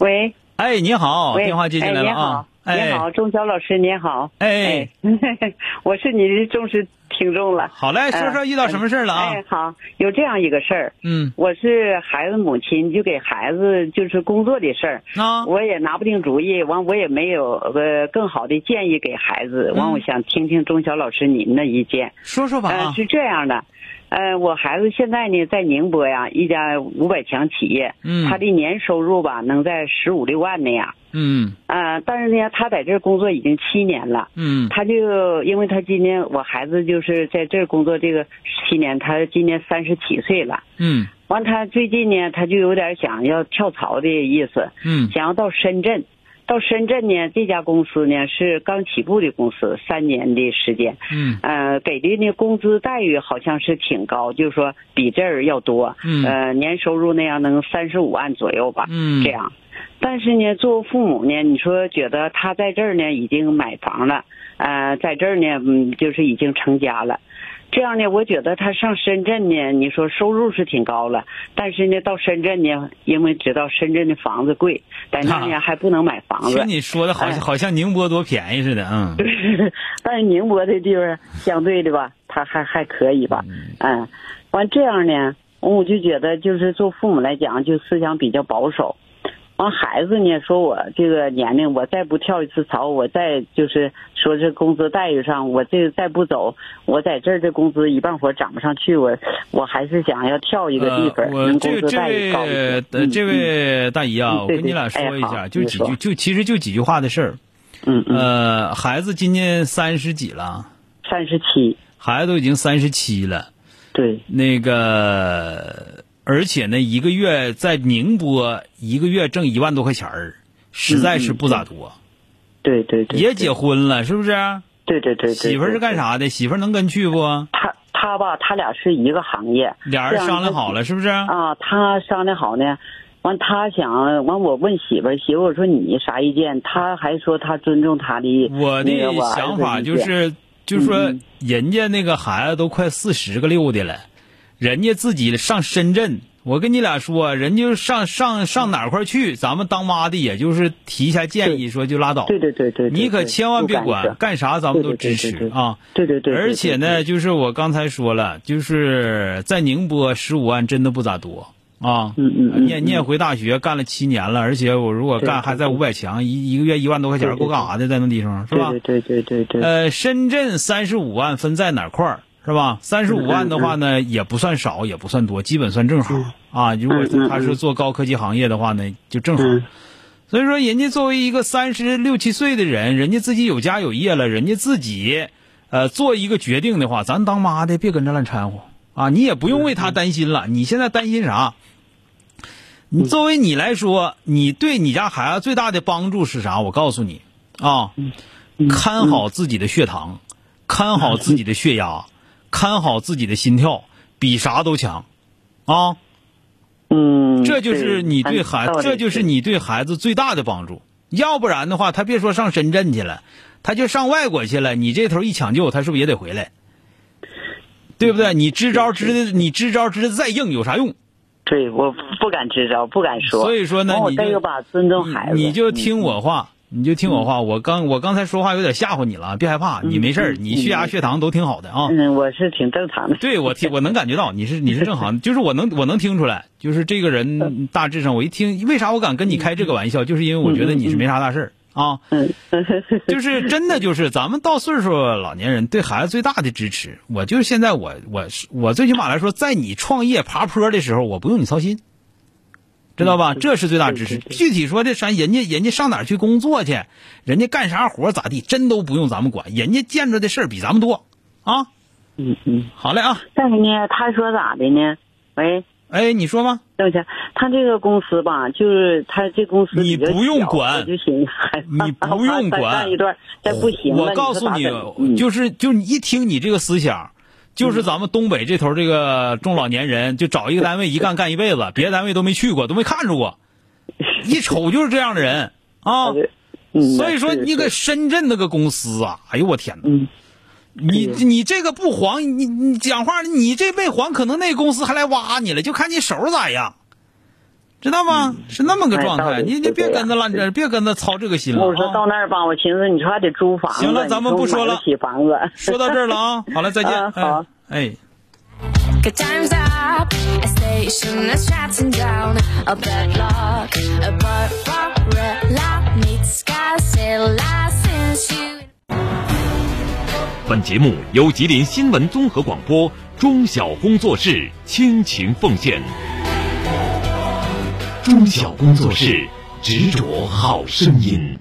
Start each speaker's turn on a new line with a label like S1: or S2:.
S1: 喂，
S2: 哎，你好，
S1: 喂
S2: 电话接进来了啊。
S1: 哎
S2: 哎
S1: 你好，你，好，钟晓老师，您好。
S2: 哎，
S1: 我是你的忠实听众了。
S2: 好嘞，说说遇到什么事儿了啊？
S1: 哎，好，有这样一个事儿，
S2: 嗯，
S1: 我是孩子母亲，就给孩子就是工作的事儿，
S2: 啊，
S1: 我也拿不定主意，完我也没有呃更好的建议给孩子，完
S2: 嗯
S1: 我想听听钟晓老师您的意见。
S2: 说说吧
S1: 呃，
S2: 啊。
S1: 是这样的，呃，我孩子现在呢在宁波呀，一家五百强企业，
S2: 嗯
S1: 他的年收入吧能在十五六万那样。
S2: 嗯
S1: 啊、但是呢，他在这儿工作已经七年了，
S2: 嗯
S1: 他就因为他今年我孩子就是在这儿工作这个七年，他今年三十七岁了。
S2: 嗯
S1: 完，他最近呢，他就有点想要跳槽的意思，
S2: 嗯
S1: 想要到深圳。到深圳呢，这家公司呢是刚起步的公司，三年的时间，
S2: 嗯
S1: 呃，给的呢工资待遇好像是挺高，就是说比这儿要多，
S2: 嗯
S1: 呃，年收入那样能三十五万左右吧，
S2: 嗯，
S1: 这样。但是呢，作为父母呢，你说觉得他在这儿呢已经买房了，呃，在这儿呢，嗯，就是已经成家了。这样呢，我觉得他上深圳呢，你说收入是挺高了，但是呢，到深圳呢，因为知道深圳的房子贵，在那儿呢还不能买房子
S2: 听。你说的好像
S1: 哎
S2: 好像宁波多便宜似的，嗯。
S1: 但是宁波这地方相对的吧，他还还可以吧，嗯，完这样呢，我就觉得就是做父母来讲，就思想比较保守。完孩子呢，说我这个年龄，我再不跳一次槽，我再就是说是工资待遇上，我这再不走，我在这儿这工资一半活涨不上去，我我还是想要跳一个地方，
S2: 呃、我
S1: 能
S2: 这
S1: 工
S2: 个
S1: 资
S2: 这
S1: 待遇
S2: 位
S1: 高一些。
S2: 呃这
S1: 嗯
S2: 位大姨啊，
S1: 嗯
S2: 我
S1: 对
S2: 跟你
S1: 对
S2: 俩说
S1: 哎
S2: 一下，
S1: 好
S2: 就
S1: 你
S2: 几
S1: 说
S2: 句，就其实就几句话的事儿。
S1: 嗯嗯，
S2: 呃，孩子今年三十几了，
S1: 三十七，
S2: 孩子都已经三十七了，
S1: 对，
S2: 那个而且呢，一个月在宁波一个月挣一万多块钱儿，实在是不咋多。
S1: 对对嗯对，
S2: 也结婚了，是不是？
S1: 对对对对，
S2: 媳妇儿是干
S1: 啥？
S2: 啥的？媳妇儿能跟去不？
S1: 他他吧，他俩是一个行业，
S2: 俩人商量好了，是不是？
S1: 啊，他商量好呢，完他想完我问媳妇儿，媳妇儿说你啥意见？他还说他尊重他的
S2: 我的
S1: 那个我儿子
S2: 想法
S1: 意
S2: 就
S1: 见
S2: 是，就是说
S1: 嗯
S2: 人家那个孩子都快四十个六的了，人家自己上深圳。我跟你俩说，人家上上上哪块儿去，咱们当妈的也就是提一下建议，说就拉倒。
S1: 对对对对，对
S2: 你可
S1: 对
S2: 千万
S1: 不
S2: 别
S1: 干涉
S2: 管，干啥咱们都
S1: 对对
S2: 支
S1: 对
S2: 持
S1: 对对
S2: 啊。
S1: 对对对，对
S2: 而且，呢，
S1: 对
S2: 就是我刚才说了，就是在宁波十五万真的不咋多啊。
S1: 嗯嗯嗯
S2: 念念回大学干了七年了，而且我如果
S1: 对
S2: 干
S1: 对
S2: 还在
S1: 对
S2: 五百强，一一个月一万多块钱
S1: 对
S2: 够
S1: 对
S2: 干啥的？在那地方是吧？
S1: 对对对对对对，
S2: 呃，深圳三十五万分在哪块儿是吧？三十五万的话呢，也不算少，也不算多，基本算正好啊。如果
S1: 嗯嗯
S2: 是
S1: 嗯
S2: 他是做高科技行业的话呢，就正好。
S1: 嗯
S2: 所以说，人家作为一个三十六七岁的人，人家自己有家有业了，人家自己，呃，做一个决定的话，咱当妈的别跟着乱掺和啊！你也不用为他担心了，你现在担心啥？你作为你来说，你对你家孩子最大的帮助是啥？我告诉你啊，看好自己的血糖，看好自己的血压，看好自己的心跳，比啥都强啊！
S1: 嗯，
S2: 这就是你对孩，
S1: 子，
S2: 这就是你对孩子最大的帮助。要不然的话，他别说上深圳去了，他就上外国去了。你这头一抢救，他是不是也得回来？对不对？你支招支的，你支招支的再硬有啥用？
S1: 对，我不敢支招，不敢说。
S2: 所以说呢
S1: 完，我
S2: 你就
S1: 这个吧，尊重孩子，嗯
S2: 你就听我话，你就听我话。我刚我刚才说话有点吓唬你了，别害怕，你没事儿，你血压血糖都挺好的啊。
S1: 嗯，我是挺正常的，
S2: 对，我听我能感觉到你是你是正行，就是我能我能听出来，就是这个人大致上我一听，为啥我敢跟你开这个玩笑，就是因为我觉得你是没啥大事儿啊，
S1: 嗯，
S2: 就是真的就是咱们到岁数老年人对孩子最大的支持，我就是现在我我是我最起码来说，在你创业爬坡的时候，我不用你操心。知道
S1: 嗯
S2: 吧？这是最大支持。
S1: 对对对
S2: 具体说这啥，人家人家上哪儿去工作去，人家干啥活儿咋地，真都不用咱们管。人家见着的事儿比咱们多啊。
S1: 嗯嗯。
S2: 好嘞啊，
S1: 但是呢，他说咋的呢？喂，
S2: 哎，你说吧。
S1: 要钱。他这个公司吧，就是他这公司
S2: 你
S1: 比较
S2: 不用
S1: 小
S2: 管
S1: 我就寻思还
S2: 你不用
S1: 再
S2: 管
S1: 干一段，再不行了，
S2: 我告诉
S1: 你
S2: 你
S1: 说嗯咋整，
S2: 就是就你一听你这个思想，
S1: 嗯
S2: 就是咱们东北这头这个中老年人，就找一个单位一干干一辈 子，别的单位都没去过，都没看着过，一瞅就是这样的人 啊。
S1: 嗯，
S2: 所以说，
S1: 是
S2: 你搁
S1: 是
S2: 深圳那个公司啊，哎呦我天哪！
S1: 嗯，
S2: 你
S1: 哎
S2: 你这个不黄，你你讲话，你这没黄，可能那公司还来挖你了，就看你手咋样，知道吗？是那么个
S1: 哎
S2: 状
S1: 道
S2: 态，
S1: 理
S2: 你
S1: 是
S2: 你别
S1: 这样
S2: 跟他烂着，别跟他操这个心了
S1: 我说
S2: 啊
S1: 到那儿吧，我寻思你说还得租房子，
S2: 行了咱们
S1: 你
S2: 不
S1: 说
S2: 说
S1: 买
S2: 了
S1: 不起房子，
S2: 说到这儿了啊，好了，再见。
S1: 嗯好
S2: 哎，哎
S3: Good time's up. A station is shutting down. A bad luck. A bar for love needs gas. Since you.
S4: 本节目由吉林新闻综合广播中小工作室倾情奉献。中小工作室执着好声音。